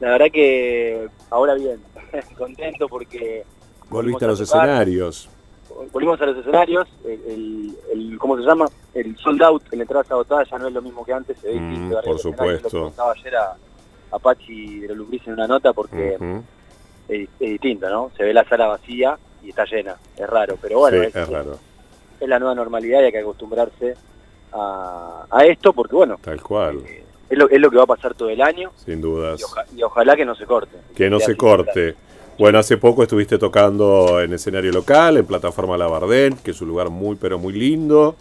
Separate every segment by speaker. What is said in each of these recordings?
Speaker 1: La verdad que ahora bien, contento porque...
Speaker 2: Volviste a
Speaker 1: volvimos
Speaker 2: los
Speaker 1: tocar,
Speaker 2: escenarios.
Speaker 1: Volvimos a los escenarios, el, el- el- ¿cómo se llama? El sold out, el entrada agotada ya no es lo mismo que antes, se ve
Speaker 2: Mm,
Speaker 1: difícil
Speaker 2: por
Speaker 1: arriba del escenario,
Speaker 2: supuesto.
Speaker 1: Lo contaba ayer a, a Pachi de la Lucris en una nota porque
Speaker 2: Ujú.
Speaker 1: es, es distinto, ¿no? Se ve la sala vacía y está llena, es raro, pero bueno,
Speaker 2: sí,
Speaker 1: es-
Speaker 2: es raro,
Speaker 1: es la nueva normalidad y hay que acostumbrarse a, a esto porque, bueno,
Speaker 2: tal cual,
Speaker 1: eh, es, lo, es lo que va a pasar todo el año
Speaker 2: sin dudas.
Speaker 1: y, oja- y ojalá que no se corte.
Speaker 2: Que no
Speaker 1: sea
Speaker 2: se
Speaker 1: así siempre.
Speaker 2: corte. Bueno, hace poco estuviste tocando en escenario local, en plataforma Labardén, que es un lugar muy, pero muy lindo.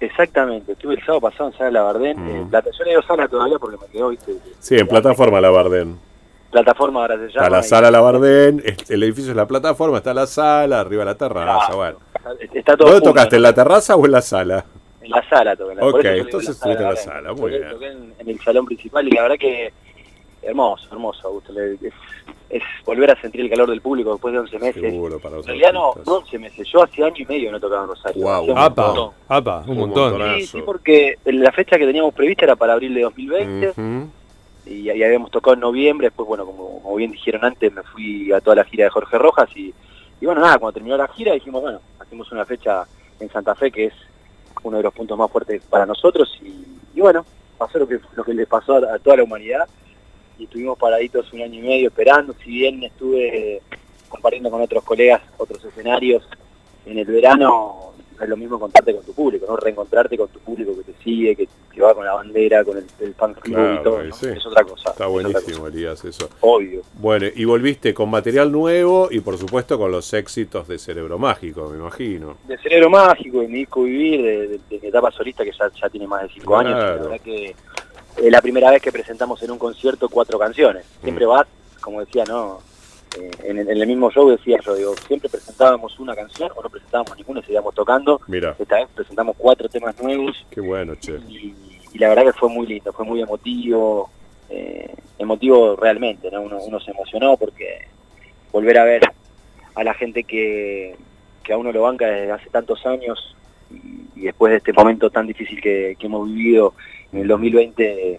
Speaker 1: Exactamente, estuve el sábado pasado en Sala Labardén.
Speaker 2: Mm.
Speaker 1: eh, plata, yo le digo Sala todavía porque me quedó, viste,
Speaker 2: Sí, en plataforma Labardén.
Speaker 1: plataforma ahora se llama.
Speaker 2: Está la
Speaker 1: y-
Speaker 2: sala Labardén, es- el edificio es la plataforma, está la sala, arriba la terraza,
Speaker 1: Ah,
Speaker 2: bueno.
Speaker 1: está- Está todo
Speaker 2: ¿Dónde
Speaker 1: junto, ¿no?
Speaker 2: tocaste, en la terraza o en la sala?
Speaker 1: En la sala toqué. en la-
Speaker 2: Ok,
Speaker 1: por eso yo le digo
Speaker 2: entonces
Speaker 1: la
Speaker 2: estuviste en la
Speaker 1: Labardén.
Speaker 2: sala, muy
Speaker 1: Toqué-
Speaker 2: bien.
Speaker 1: toqué en, en el salón principal y la verdad que hermoso, hermoso, Augusto. le- Es, es volver a sentir el calor del público después de 11 meses.
Speaker 2: Seguro para los
Speaker 1: En realidad no,
Speaker 2: artistas.
Speaker 1: no 11 meses. Yo hace año y medio no tocaba en Rosario.
Speaker 2: Guau.
Speaker 1: Hacía un
Speaker 2: Apa.
Speaker 1: montón.
Speaker 3: apa, un,
Speaker 2: Un
Speaker 3: montón.
Speaker 2: montón.
Speaker 1: Sí, sí, porque la fecha que teníamos prevista era para abril de 2020
Speaker 2: Ujú.
Speaker 1: y, ahí habíamos tocado en noviembre. Después, bueno, como, como bien dijeron antes, me fui a toda la gira de Jorge Rojas y, y bueno, nada, cuando terminó la gira dijimos, bueno, hacemos una fecha en Santa Fe que es uno de los puntos más fuertes para nosotros y, y bueno, pasó lo que, lo que le pasó a, a toda la humanidad y estuvimos paraditos un año y medio esperando, si bien estuve compartiendo con otros colegas otros escenarios en el verano es lo mismo encontrarte con tu público, ¿no? Reencontrarte con tu público que te sigue, que, que va con la bandera, con el, el fan club
Speaker 2: Claro,
Speaker 1: y todo.
Speaker 2: y
Speaker 1: ¿no?
Speaker 2: sí.
Speaker 1: Es otra cosa.
Speaker 2: Está
Speaker 1: es otra
Speaker 2: buenísimo, Elías, eso.
Speaker 1: cosa, obvio.
Speaker 2: Bueno, y volviste con material nuevo y por supuesto con los éxitos de Cerebro Mágico, me imagino.
Speaker 1: De Cerebro Mágico, de mi disco Vivir, de, de- de mi etapa solista que ya, ya tiene más de cinco
Speaker 2: Claro.
Speaker 1: años. y La verdad que es la primera vez que presentamos en un concierto cuatro canciones.
Speaker 2: Mm.
Speaker 1: Siempre vas, como decía, ¿no? Eh, en, en el mismo show decía yo, digo, siempre presentábamos una canción o no presentábamos ninguna, seguíamos tocando.
Speaker 2: Mira,
Speaker 1: Esta vez presentamos cuatro temas nuevos
Speaker 2: qué bueno, che.
Speaker 1: y, y la verdad que fue muy lindo, fue muy emotivo, eh, emotivo realmente, ¿no? Uno, uno se emocionó porque volver a ver a la gente que, que a uno lo banca desde hace tantos años y, y después de este momento tan difícil que, que hemos vivido en el 2020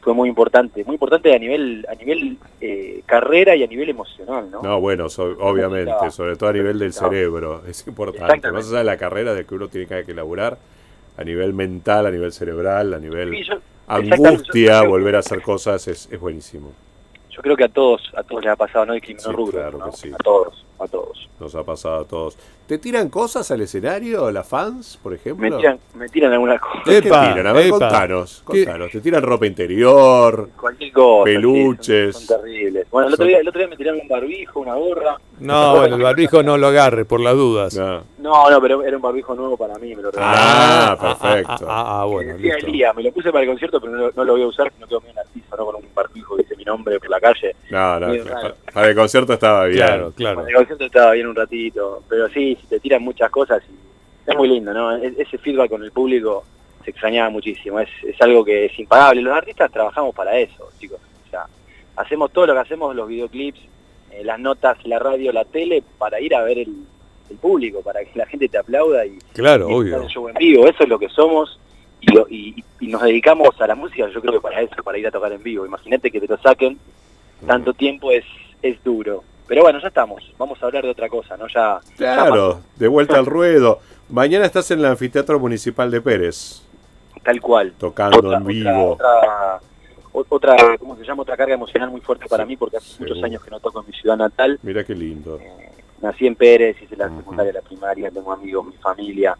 Speaker 1: fue muy importante, muy importante a nivel, a nivel eh, carrera y a nivel emocional, ¿no?
Speaker 2: No, bueno, so- obviamente,
Speaker 1: Estaba-
Speaker 2: sobre todo a nivel del
Speaker 1: estaba-
Speaker 2: cerebro, es importante.
Speaker 1: Exactamente.
Speaker 2: Más allá de la carrera de que uno tiene que elaborar, a nivel mental, a nivel cerebral, a
Speaker 1: Sí,
Speaker 2: nivel
Speaker 1: yo- exactamente, yo
Speaker 2: angustia,
Speaker 1: creo-
Speaker 2: volver a hacer cosas es, es buenísimo.
Speaker 1: Yo creo que a todos, a todos les ha pasado, no discrimino
Speaker 2: Sí,
Speaker 1: rubro,
Speaker 2: claro
Speaker 1: ¿no?
Speaker 2: que sí.
Speaker 1: a todos, a todos.
Speaker 2: Nos ha pasado a todos. ¿Te tiran cosas al escenario, las fans, por
Speaker 1: Me
Speaker 2: ejemplo?
Speaker 1: tiran, me tiran algunas cosas.
Speaker 2: ¿Qué te
Speaker 3: Epa,
Speaker 2: tiran? A ver,
Speaker 3: epa.
Speaker 2: contanos,
Speaker 3: ¿Qué-
Speaker 2: contanos. ¿Te tiran ropa interior?
Speaker 1: Cualquier cosa.
Speaker 2: Peluches.
Speaker 1: sí, son, son terribles. Bueno, el otro,
Speaker 2: Son-
Speaker 1: día, el otro día me tiraron un barbijo, una gorra.
Speaker 3: No, bueno, el barbijo no lo agarres por las dudas.
Speaker 2: No.
Speaker 1: No, no, pero era un barbijo nuevo para mí, me lo regalaron.
Speaker 2: Ah,
Speaker 3: Ah,
Speaker 2: perfecto.
Speaker 3: ah, ah, bueno,
Speaker 1: Decía
Speaker 3: listo.
Speaker 1: Elías, me lo puse para el concierto, pero no, lo- no lo voy a usar, no quedó bien artista, ¿no? Con un barbijo que dice mi nombre por la calle.
Speaker 2: No, no,
Speaker 1: Bien,
Speaker 2: para-
Speaker 1: claro.
Speaker 2: para el concierto estaba bien.
Speaker 3: Claro, claro.
Speaker 1: Bueno, el concierto estaba bien un ratito, pero sí, sí, te tiran muchas cosas y es muy lindo, ¿no? E- ese feedback con el público se extrañaba muchísimo, es, es algo que es impagable. Los artistas trabajamos para eso, chicos. O sea, hacemos todo lo que hacemos, los videoclips, eh, las notas, la radio, la tele, para ir a ver el, el público, para que la gente te aplauda y,
Speaker 3: Claro,
Speaker 1: y estar
Speaker 3: obvio.
Speaker 1: en show en vivo. Eso es lo que somos y, lo- y- y nos dedicamos a la música, yo creo que para eso, para ir a tocar en vivo. Imagínate que te lo saquen tanto tiempo es, es duro. Pero bueno, ya estamos. Vamos a hablar de otra cosa, ¿no? Ya. ya
Speaker 2: Claro, de vuelta al ruedo. Mañana estás en el Anfiteatro Municipal de Pérez,
Speaker 1: pasó, tal cual.
Speaker 2: tocando
Speaker 1: Otra-
Speaker 2: en vivo.
Speaker 1: Otra, otra, otra- ¿cómo se llama? Otra carga emocional muy fuerte para
Speaker 2: Sí,
Speaker 1: mí porque hace muchos
Speaker 2: seguro.
Speaker 1: años que no toco en mi ciudad natal. Eh,
Speaker 2: Mira qué lindo.
Speaker 1: Nací en Pérez, hice la
Speaker 2: Ujú.
Speaker 1: secundaria, la primaria, tengo amigos, mi familia,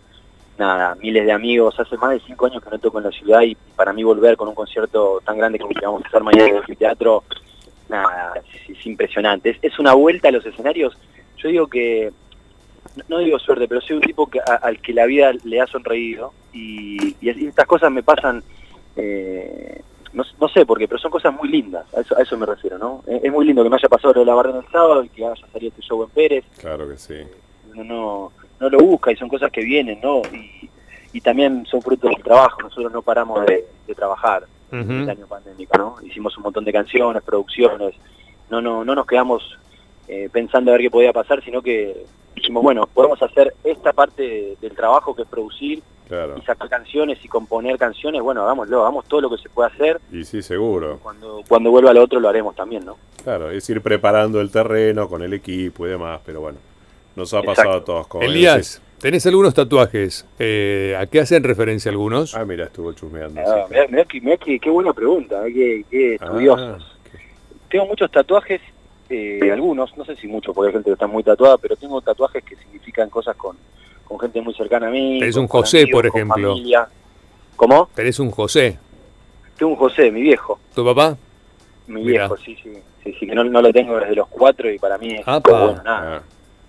Speaker 1: nada, miles de amigos. Hace más de cinco años que no toco en la ciudad y para mí volver con un concierto tan grande como el que vamos a hacer mañana en el teatro, nada, es, es impresionante. Es, es una vuelta a los escenarios. Yo digo que, no- no digo suerte, pero soy un tipo que- a- al que la vida le ha sonreído y, y es- y estas cosas me pasan... eh, no, no sé por qué, pero son cosas muy lindas, a eso, a eso me refiero, ¿no? Es, es muy lindo que me haya pasado lo de la barra en el sábado y que haya salido este show en Pérez,
Speaker 2: Claro que sí.
Speaker 1: uno no, no lo busca y son cosas que vienen, ¿no? Y, y también son frutos del trabajo, nosotros no paramos de, de trabajar en el
Speaker 3: Ujú.
Speaker 1: año pandémico, ¿no? Hicimos un montón de canciones, producciones, no, no, no nos quedamos eh, pensando a ver qué podía pasar, sino que dijimos, bueno, podemos hacer esta parte del trabajo que es producir
Speaker 2: Claro.
Speaker 1: y sacar canciones y componer canciones, bueno, hagámoslo, hagamos todo lo que se pueda hacer.
Speaker 2: Y sí, seguro.
Speaker 1: Cuando, cuando vuelva lo otro lo haremos también, ¿no?
Speaker 2: Claro, es ir preparando el terreno con el equipo y demás, pero bueno, nos ha
Speaker 1: Exacto.
Speaker 2: pasado a todos. como
Speaker 3: Elías,
Speaker 2: decís.
Speaker 3: tenés algunos tatuajes. Eh, ¿A qué hacen referencia algunos?
Speaker 2: Ah, mira, estuvo chusmeando.
Speaker 1: Ah,
Speaker 2: sí.
Speaker 1: mirá, mirá que- mirá que- qué buena pregunta, mirá qué, qué
Speaker 2: Ah,
Speaker 1: estudiosos.
Speaker 2: qué-
Speaker 1: Tengo muchos tatuajes, eh, algunos, no sé si muchos, porque hay gente que está muy tatuada, pero tengo tatuajes que significan cosas con, con gente muy cercana a mí.
Speaker 3: Tenés
Speaker 1: con-
Speaker 3: un
Speaker 1: con
Speaker 3: José,
Speaker 1: amigos,
Speaker 3: por
Speaker 1: con
Speaker 3: ejemplo.
Speaker 1: familia. ¿Cómo?
Speaker 3: Tenés un José,
Speaker 1: Tengo un José, mi viejo.
Speaker 3: tu papá.
Speaker 1: Mi
Speaker 3: Mirá.
Speaker 1: viejo, sí, sí. Sí, sí, que no, no lo tengo desde los cuatro y para mí es,
Speaker 3: Apa.
Speaker 1: bueno, nada.
Speaker 2: Ah,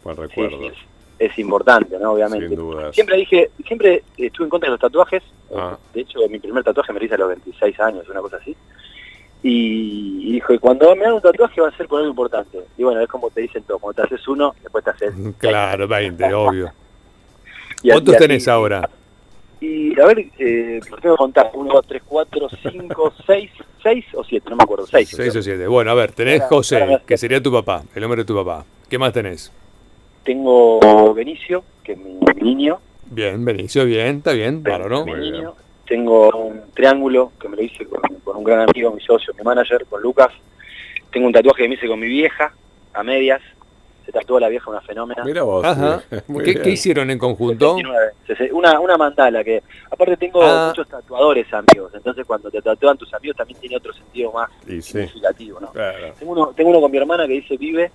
Speaker 2: buen
Speaker 1: Sí,
Speaker 2: recuerdo.
Speaker 1: sí, es, es importante, ¿no? Obviamente.
Speaker 2: Sin dudas.
Speaker 1: Siempre dije, siempre estuve en contra de los tatuajes.
Speaker 2: Ah.
Speaker 1: De hecho, mi primer tatuaje me lo hice a los 26 años, una cosa así. Y, y dijo, y cuando me haga un tatuaje va a ser por algo importante. Y bueno, es como te dicen todos, cuando te haces uno, después te haces...
Speaker 3: Claro, 20, obvio.
Speaker 1: Y así,
Speaker 3: ¿Cuántos
Speaker 1: así.
Speaker 3: tenés ahora?
Speaker 1: Y a ver, eh, los tengo que contar, 1, 2, 3, 4, 5, 6, 6 o 7, no me acuerdo, 6.
Speaker 3: 6 o 7. Bueno, a ver, tenés
Speaker 1: Ahora- ahora me
Speaker 3: José,
Speaker 1: hace-
Speaker 3: que sería tu papá, el nombre de tu papá. ¿Qué más tenés?
Speaker 1: Tengo Benicio, que es mi, mi niño,
Speaker 3: Bien, Benicio, bien, está bien, claro, ¿no?
Speaker 1: mi
Speaker 2: Muy bien.
Speaker 1: niño. Tengo un triángulo que me lo hice con, con un gran amigo, mi socio, mi manager, con Lucas. Tengo un tatuaje que me hice con mi vieja, a medias. Se tatuó la vieja, una fenómena.
Speaker 2: Mira vos.
Speaker 3: Ajá.
Speaker 2: sí. Muy
Speaker 3: ¿Qué,
Speaker 2: bien.
Speaker 3: qué hicieron en conjunto?
Speaker 1: 69, sese- Una, una mandala que, aparte tengo
Speaker 3: Ah.
Speaker 1: muchos tatuadores amigos, entonces cuando te tatúan tus amigos también tiene otro sentido más
Speaker 2: Y sí,
Speaker 1: significativo, ¿no?
Speaker 2: claro.
Speaker 1: Tengo uno, tengo uno con mi hermana que dice vive,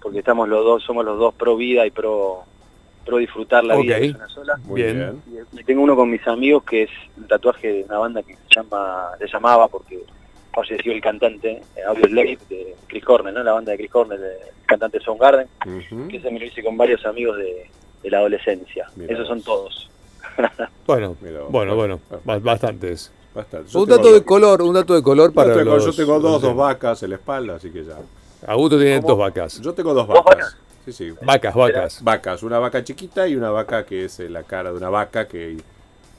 Speaker 1: porque estamos los dos, somos los dos pro vida y pro, pro disfrutar la vida
Speaker 3: Ok.
Speaker 1: que es una sola.
Speaker 2: Muy
Speaker 3: Bien.
Speaker 2: bien.
Speaker 1: Y- Y tengo uno con mis amigos que es un tatuaje de una banda que se llama, se llamaba porque falleció el cantante, eh, Audio Slave, de Chris Cornell, ¿no? La banda de Chris Cornell, de- el cantante Soundgarden,
Speaker 2: Ujú.
Speaker 1: que se me lo hice con varios amigos de, de la adolescencia.
Speaker 2: Mirá
Speaker 1: Esos son
Speaker 2: vos.
Speaker 1: todos.
Speaker 3: Bueno,
Speaker 2: Mira vos.
Speaker 3: bueno, bueno,
Speaker 2: Perfecto.
Speaker 3: ba- bastantes.
Speaker 2: Bastante. Yo
Speaker 3: Un
Speaker 2: tengo
Speaker 3: dato de
Speaker 2: dos.
Speaker 3: color, un dato de color para
Speaker 2: yo tengo, yo
Speaker 3: los-
Speaker 2: tengo dos,
Speaker 3: los-
Speaker 2: dos vacas en la espalda, así que ya.
Speaker 3: Augusto tiene dos vacas.
Speaker 2: Yo tengo dos
Speaker 1: ¿Dos
Speaker 2: vacas.
Speaker 1: vacas?
Speaker 2: Sí, sí.
Speaker 3: Vacas, vacas.
Speaker 2: Vacas, una vaca chiquita y una vaca que es eh, la cara de una vaca que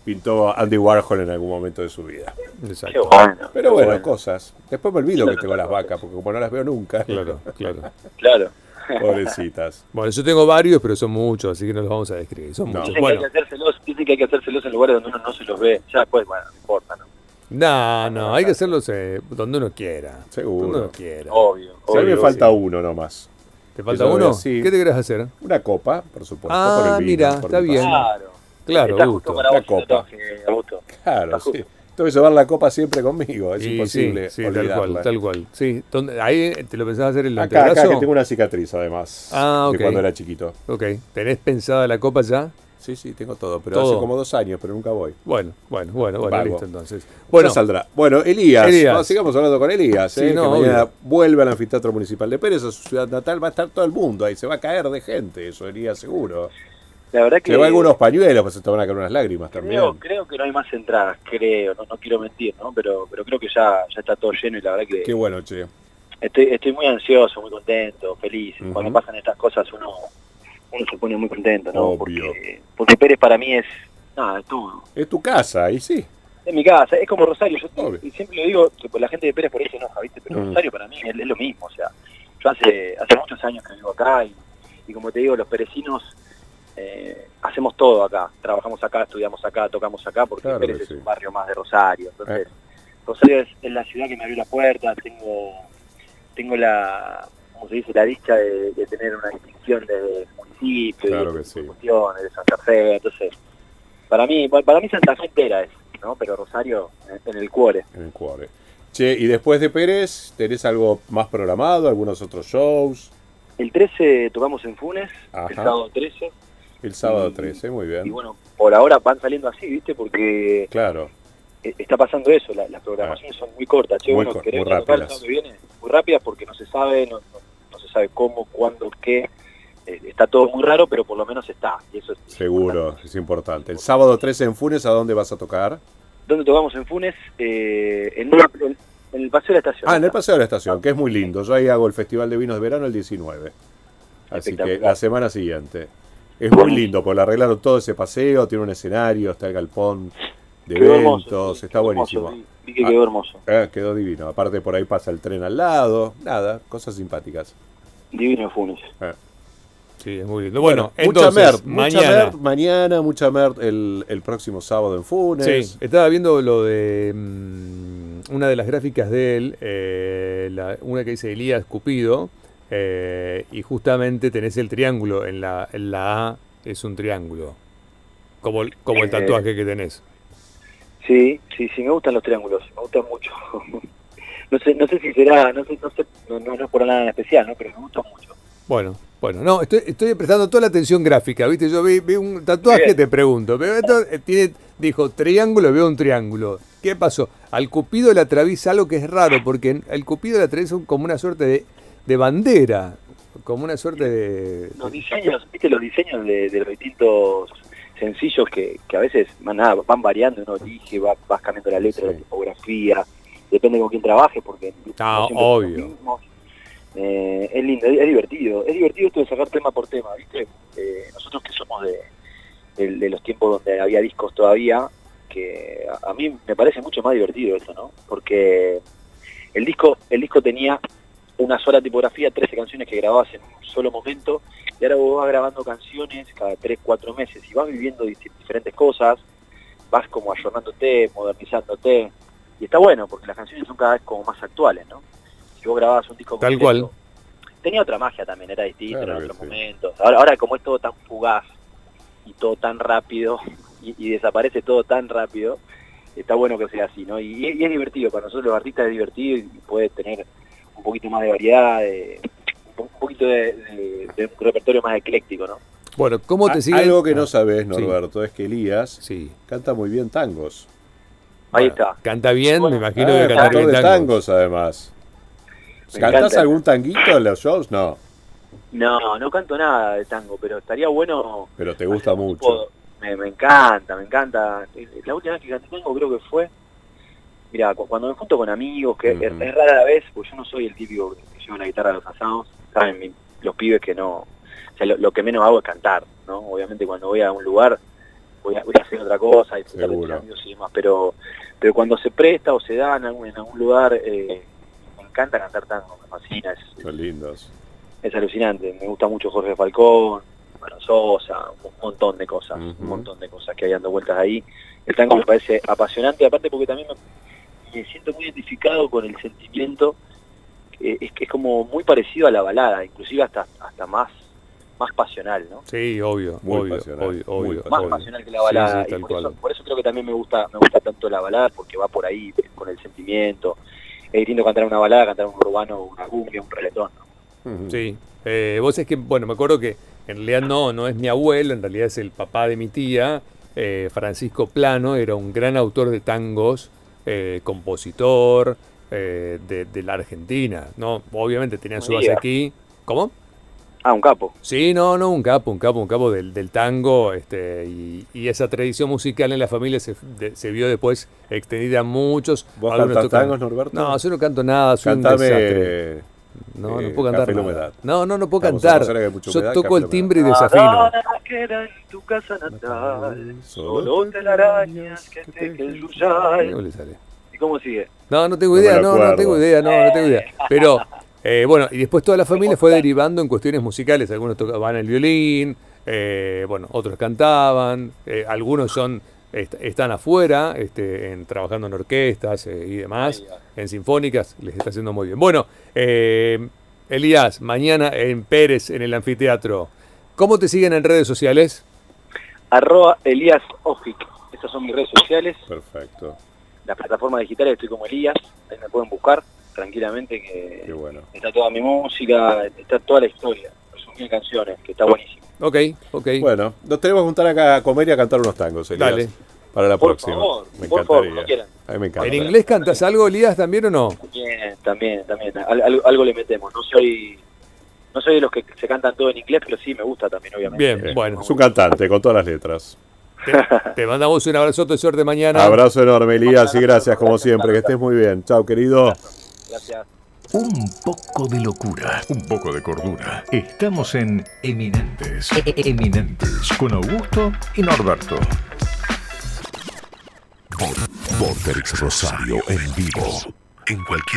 Speaker 2: pintó Andy Warhol en algún momento de su vida.
Speaker 1: Qué
Speaker 3: Exacto.
Speaker 1: bueno.
Speaker 2: Pero bueno,
Speaker 1: Bueno.
Speaker 2: cosas. Después me olvido que
Speaker 1: Claro,
Speaker 2: tengo las
Speaker 1: claro.
Speaker 2: vacas, porque como no las veo nunca,
Speaker 3: Claro, claro.
Speaker 1: Claro.
Speaker 2: Pues pobrecitas.
Speaker 3: Bueno, yo tengo varios, pero son muchos, así que no los vamos a describir. Son
Speaker 2: No.
Speaker 3: muchos.
Speaker 1: Dicen,
Speaker 3: Bueno,
Speaker 1: que hay que hacérselos, dicen que hay que hacérselos en lugares donde uno no se los ve. Ya después, bueno, no importa, ¿no?
Speaker 3: no, no, hay que hacerlos eh, donde uno quiera.
Speaker 2: Seguro. Oh.
Speaker 3: Donde uno quiera.
Speaker 1: Obvio.
Speaker 2: Si a mí me
Speaker 1: obvio.
Speaker 2: falta uno nomás.
Speaker 3: ¿Te falta
Speaker 2: Yo lo veo
Speaker 3: uno?
Speaker 2: así.
Speaker 3: ¿Qué te querés hacer?
Speaker 2: Una copa, por supuesto.
Speaker 3: Ah,
Speaker 2: por el vino,
Speaker 3: mira,
Speaker 2: por
Speaker 3: está
Speaker 2: mi
Speaker 3: bien.
Speaker 2: pasión.
Speaker 1: Claro.
Speaker 3: Claro,
Speaker 1: Está
Speaker 3: Augusto.
Speaker 1: justo para
Speaker 2: La
Speaker 1: vos,
Speaker 2: copa.
Speaker 1: tatuaje, Augusto.
Speaker 2: Claro,
Speaker 1: Está justo.
Speaker 2: sí. Tengo que llevar la copa siempre conmigo, es
Speaker 3: Y
Speaker 2: imposible
Speaker 3: Sí, sí tal
Speaker 2: olvidarla.
Speaker 3: cual, tal cual. Sí, ¿dónde- ahí eh, te lo pensabas hacer en el
Speaker 2: Acá, acá,
Speaker 3: antebrazo.
Speaker 2: que tengo una cicatriz además.
Speaker 3: Ah, ok.
Speaker 2: De cuando era chiquito.
Speaker 3: Ok, ¿tenés pensada la copa ya?
Speaker 2: Sí, sí, tengo todo, pero
Speaker 3: Todo.
Speaker 2: hace como dos años, pero nunca voy.
Speaker 3: Bueno, bueno, bueno, bueno,
Speaker 2: Vago.
Speaker 3: listo entonces.
Speaker 2: Bueno,
Speaker 3: Bueno,
Speaker 2: saldrá. Bueno, Elías,
Speaker 3: Elías.
Speaker 2: no, sigamos hablando con Elías,
Speaker 3: Sí,
Speaker 2: eh,
Speaker 3: no,
Speaker 2: que mañana
Speaker 3: obvio.
Speaker 2: vuelve al anfiteatro municipal de Pérez, a su ciudad natal, va a estar todo el mundo ahí, se va a caer de gente, eso Elías seguro.
Speaker 1: La verdad que...
Speaker 2: Se va algunos pañuelos, pues se te van a caer unas lágrimas también.
Speaker 1: Creo, creo que no hay más entradas, creo, no, no quiero mentir, ¿no? Pero, pero creo que ya, ya está todo lleno y la verdad que
Speaker 2: Qué bueno, che.
Speaker 1: estoy, estoy muy ansioso, muy contento, feliz.
Speaker 2: Ujú.
Speaker 1: Cuando pasan estas cosas uno, uno se pone muy contento, ¿no?
Speaker 2: Obvio.
Speaker 1: Porque, porque Pérez para mí es, nada, es todo.
Speaker 2: Es tu casa, y sí.
Speaker 1: Es mi casa, es como Rosario, yo
Speaker 2: Obvio.
Speaker 1: y siempre lo digo, que por la gente de Pérez por ahí se enoja, ¿viste? Pero
Speaker 2: Mm.
Speaker 1: Rosario para mí es, es lo mismo, o sea, yo hace, hace muchos años que vivo acá y, y como te digo, los perecinos eh, hacemos todo acá, trabajamos acá, estudiamos acá, tocamos acá, porque
Speaker 2: Claro
Speaker 1: Pérez
Speaker 2: que
Speaker 1: es
Speaker 2: sí. Eh.
Speaker 1: un barrio más de Rosario, entonces Rosario es, es la ciudad que me abrió la puerta, tengo, tengo la, como se dice, la dicha de, de tener una distinción de municipio,
Speaker 2: Claro
Speaker 1: y
Speaker 2: que
Speaker 1: de,
Speaker 2: sí.
Speaker 1: cuestiones, de Santa Fe, entonces para mí, para mí Santa Fe entera es, ¿no? Pero Rosario eh, en el cuore.
Speaker 2: En el cuadre. Che, y después de Pérez, ¿tenés algo más programado? ¿Algunos otros shows?
Speaker 1: El 13 tocamos en Funes,
Speaker 2: Ajá.
Speaker 1: el sábado 13,
Speaker 2: El sábado
Speaker 1: Y-
Speaker 2: 13, muy
Speaker 1: y
Speaker 2: bien.
Speaker 1: bueno, por ahora van saliendo así, ¿viste? Porque
Speaker 2: Claro,
Speaker 1: eh, está pasando eso, la- las programaciones son muy cortas, che,
Speaker 2: Ah. Muy
Speaker 1: bueno,
Speaker 2: cor-
Speaker 1: querés
Speaker 2: muy
Speaker 1: ir a tocar el
Speaker 2: rápidas.
Speaker 1: sábado que viene, muy rápidas porque no se sabe, no, no- no se sabe cómo, cuándo, qué, Eh, está todo muy raro, pero por lo menos está, y eso es
Speaker 2: seguro, es importante. El sábado 13 en Funes, ¿a dónde vas a tocar?
Speaker 1: ¿Dónde tocamos en Funes? Eh, en, una- en- en el Paseo de la Estación.
Speaker 2: Ah, en el Paseo de la Estación, que es muy lindo. Yo ahí hago el Festival de Vinos de Verano el 19. Así que
Speaker 1: Espectacular.
Speaker 2: la semana siguiente. Es muy lindo, porque lo arreglaron todo ese paseo, tiene un escenario, está el galpón de
Speaker 1: Quedó
Speaker 2: eventos,
Speaker 1: sí,
Speaker 2: está
Speaker 1: quedó
Speaker 2: buenísimo.
Speaker 1: hermoso, vi- vi que
Speaker 2: Ah.
Speaker 1: quedó hermoso.
Speaker 2: Ah, quedó divino. Aparte por ahí pasa el tren al lado, nada, cosas simpáticas.
Speaker 1: Divino Funes.
Speaker 2: Ah.
Speaker 3: Sí, es muy lindo. Bueno,
Speaker 2: mucha
Speaker 3: entonces,
Speaker 2: Mert, mucha
Speaker 3: mañana.
Speaker 2: Mert mañana, mucha Mert el, el próximo sábado en Funes.
Speaker 3: Sí, estaba viendo lo de mm, una de las gráficas de él, eh, la- una que dice Elías Cupido, eh, y justamente tenés el triángulo, en la, en la A es un triángulo, como, el- como el
Speaker 1: Eh.
Speaker 3: tatuaje que tenés.
Speaker 1: Sí, sí, sí, me gustan los triángulos, me gustan mucho. no sé, no sé si será, no sé, no sé, no, no, no es por nada en especial, ¿no? Pero me gustan mucho.
Speaker 3: Bueno, bueno, no, estoy, estoy prestando toda la atención gráfica, ¿viste? Yo vi, vi un tatuaje,
Speaker 1: Bien.
Speaker 3: te pregunto, pero esto eh, tiene, dijo triángulo, veo un triángulo. ¿Qué pasó? Al Cupido le atraviesa algo que es raro, porque en- al Cupido le atraviesa un- como una suerte de, de bandera, como una suerte de...
Speaker 1: Los diseños, viste los diseños de, de los distintos sencillos que, que a veces más nada, van variando, uno elige, va, vas cambiando la letra,
Speaker 3: Sí.
Speaker 1: la tipografía, depende con quién trabajes, porque
Speaker 3: Ah,
Speaker 1: no siempre son los
Speaker 3: obvio.
Speaker 1: mismos. Eh, es lindo, es, es divertido, es divertido esto de sacar tema por tema, viste, Eh, nosotros que somos de, de- de los tiempos donde había discos todavía, que a, a mí me parece mucho más divertido eso, ¿no? Porque el disco, el disco tenía una sola tipografía, 13 canciones que grababas en un solo momento, y ahora vos vas grabando canciones cada 3, 4 meses y vas viviendo dis- diferentes cosas, vas como ayornándote, modernizándote, y está bueno porque las canciones son cada vez como más actuales, ¿no? Si vos grababas un disco
Speaker 3: Tal
Speaker 1: completo, tenía otra magia también, era distinto,
Speaker 2: Claro
Speaker 1: era
Speaker 2: que
Speaker 1: otro
Speaker 2: sí.
Speaker 1: momento. Ahora, ahora como es todo tan fugaz y todo tan rápido y, y desaparece todo tan rápido, está bueno que sea así, ¿no? Y, y es divertido, para nosotros los artistas es divertido y puede tener un poquito más de variedad, de- un po- un poquito de, de- de un repertorio más ecléctico, ¿no?
Speaker 3: Bueno, ¿cómo te
Speaker 2: A-
Speaker 3: sigue?
Speaker 2: Algo que
Speaker 3: Ah,
Speaker 2: no sabes, Norberto, es que Elías
Speaker 3: Sí.
Speaker 2: canta muy bien tangos.
Speaker 1: Ahí
Speaker 3: Bueno,
Speaker 1: está.
Speaker 3: Canta bien,
Speaker 1: Bueno,
Speaker 3: me imagino
Speaker 2: Ah,
Speaker 3: que
Speaker 2: es
Speaker 3: canta bien
Speaker 2: cantor de
Speaker 3: tangos.
Speaker 2: tangos, además.
Speaker 1: Me
Speaker 2: ¿Cantás
Speaker 1: encanta.
Speaker 2: algún tanguito en los shows? No,
Speaker 1: No, no canto nada de tango, pero estaría bueno...
Speaker 2: pero te gusta
Speaker 1: hacer un
Speaker 2: mucho.
Speaker 1: tipo- Me, me encanta, me encanta. La última vez que canté tango creo que fue... Mira, cuando me junto con amigos, que es-
Speaker 2: Ujú.
Speaker 1: es, rara la vez, porque yo no soy el típico que lleva la guitarra a los asados, saben mi- los pibes que no... O sea, lo, lo que menos hago es cantar, ¿no? Obviamente cuando voy a un lugar voy a, voy a hacer otra cosa, disfrutar de mis
Speaker 2: Seguro.
Speaker 1: amigos y demás, pero, pero cuando se presta o se da en algún, en algún lugar, eh, me encanta cantar tango, me fascina, es-
Speaker 2: Son lindos.
Speaker 1: es alucinante. Me gusta mucho Jorge Falcón, bueno, Sosa, un montón de cosas,
Speaker 2: Ujú.
Speaker 1: un montón de cosas que hay dando vueltas ahí. El tango me parece apasionante, aparte porque también me, me siento muy identificado con el sentimiento, eh, es que es como muy parecido a la balada, inclusive hasta, hasta más, más pasional, ¿no?
Speaker 3: Sí, obvio,
Speaker 2: Muy
Speaker 3: obvio,
Speaker 2: pasional,
Speaker 3: obvio,
Speaker 2: muy
Speaker 3: obvio,
Speaker 1: Más
Speaker 3: obvio.
Speaker 1: pasional que la
Speaker 3: Sí,
Speaker 1: balada.
Speaker 3: sí,
Speaker 1: y
Speaker 3: tal
Speaker 1: por, eso,
Speaker 3: cual.
Speaker 1: por eso creo que también me gusta, me gusta tanto la balada, porque va por ahí, eh, con el sentimiento. Es distinto cantar una balada, cantar un urbano, una cumbia, un reggaetón. ¿no?
Speaker 2: Ujú.
Speaker 3: Sí, eh, vos es que, bueno, me acuerdo que en realidad no, no es mi abuelo, en realidad es el papá de mi tía, eh, Francisco Plano, era un gran autor de tangos, eh, compositor eh, de, de la Argentina, ¿no? Obviamente tenía su
Speaker 1: Buen
Speaker 3: base
Speaker 1: día.
Speaker 3: aquí. ¿Cómo?
Speaker 1: Ah, un capo.
Speaker 3: Sí, no, no, un capo, un capo, un capo del, del tango, este, y, y esa tradición musical en la familia se, de- se vio después extendida a muchos.
Speaker 2: ¿Vos
Speaker 3: algunos
Speaker 2: cantás
Speaker 3: tocan-
Speaker 2: tangos, Norberto?
Speaker 3: No, yo no canto nada, soy un desastre.
Speaker 2: Cantame.
Speaker 3: No,
Speaker 2: Eh,
Speaker 3: no puedo cantar.
Speaker 2: Café la
Speaker 3: nada.
Speaker 2: Humedad.
Speaker 3: No, no, no puedo
Speaker 2: Vamos a
Speaker 3: cantar.
Speaker 2: pasar a que hay mucha
Speaker 3: Yo
Speaker 2: humedad,
Speaker 3: toco
Speaker 2: Café la
Speaker 3: el timbre y
Speaker 1: Nada
Speaker 3: desafino.
Speaker 1: que era en tu casa natal,
Speaker 2: Solo
Speaker 1: solo telarañas que te que el
Speaker 3: No
Speaker 1: yuyal.
Speaker 3: le sale.
Speaker 1: ¿Y cómo sigue?
Speaker 3: No, no tengo
Speaker 2: No me
Speaker 3: idea,
Speaker 2: lo
Speaker 3: no, no
Speaker 2: acuerdo.
Speaker 3: tengo idea, no, no tengo idea. Pero, eh, bueno, y después toda la familia fue derivando en cuestiones musicales. Algunos tocaban el violín, eh, bueno, otros cantaban, eh, algunos son est- están afuera, este, en, trabajando en orquestas eh, y demás,
Speaker 1: Ahí
Speaker 3: en sinfónicas, les está haciendo muy bien. Bueno, eh, Elías, mañana en Pérez, en el anfiteatro. ¿Cómo te siguen en redes sociales?
Speaker 1: Arroba Elías Ojic. Esas son mis redes sociales.
Speaker 2: Perfecto,
Speaker 1: Las plataformas digitales estoy como Elías. Ahí me pueden buscar tranquilamente
Speaker 2: qué
Speaker 1: que
Speaker 2: bueno.
Speaker 1: está toda mi música, está toda la historia. Son mil canciones, que está buenísimo.
Speaker 3: Ok, ok.
Speaker 2: Bueno, nos tenemos que juntar acá a comer y a cantar unos tangos, Elías.
Speaker 3: Dale.
Speaker 2: Para la
Speaker 1: Por
Speaker 2: próxima.
Speaker 1: favor,
Speaker 2: me
Speaker 1: por favor,
Speaker 2: encantaría.
Speaker 1: como quieran.
Speaker 2: a mí me
Speaker 3: ¿En
Speaker 2: encanta.
Speaker 3: inglés cantas algo, Elías, también o no?
Speaker 1: Bien, también, también. Al- al- algo le metemos. No soy... No soy de los que se cantan todo en inglés, pero sí me gusta también, obviamente.
Speaker 3: Bien,
Speaker 2: Eh,
Speaker 3: bueno.
Speaker 2: Es un cantante con todas las letras.
Speaker 3: Te mandamos un abrazote de suerte mañana.
Speaker 2: Abrazo enorme, Elías, y
Speaker 1: abrazo,
Speaker 2: gracias como
Speaker 1: abrazo,
Speaker 2: siempre. Que
Speaker 1: abrazo.
Speaker 2: estés muy bien. Chao, querido.
Speaker 1: Gracias.
Speaker 4: Un poco de locura, un poco de cordura. Estamos en Eminentes. E- e- Eminentes. Con Augusto y Norberto.
Speaker 5: Vortex Rosario en vivo. En cualquier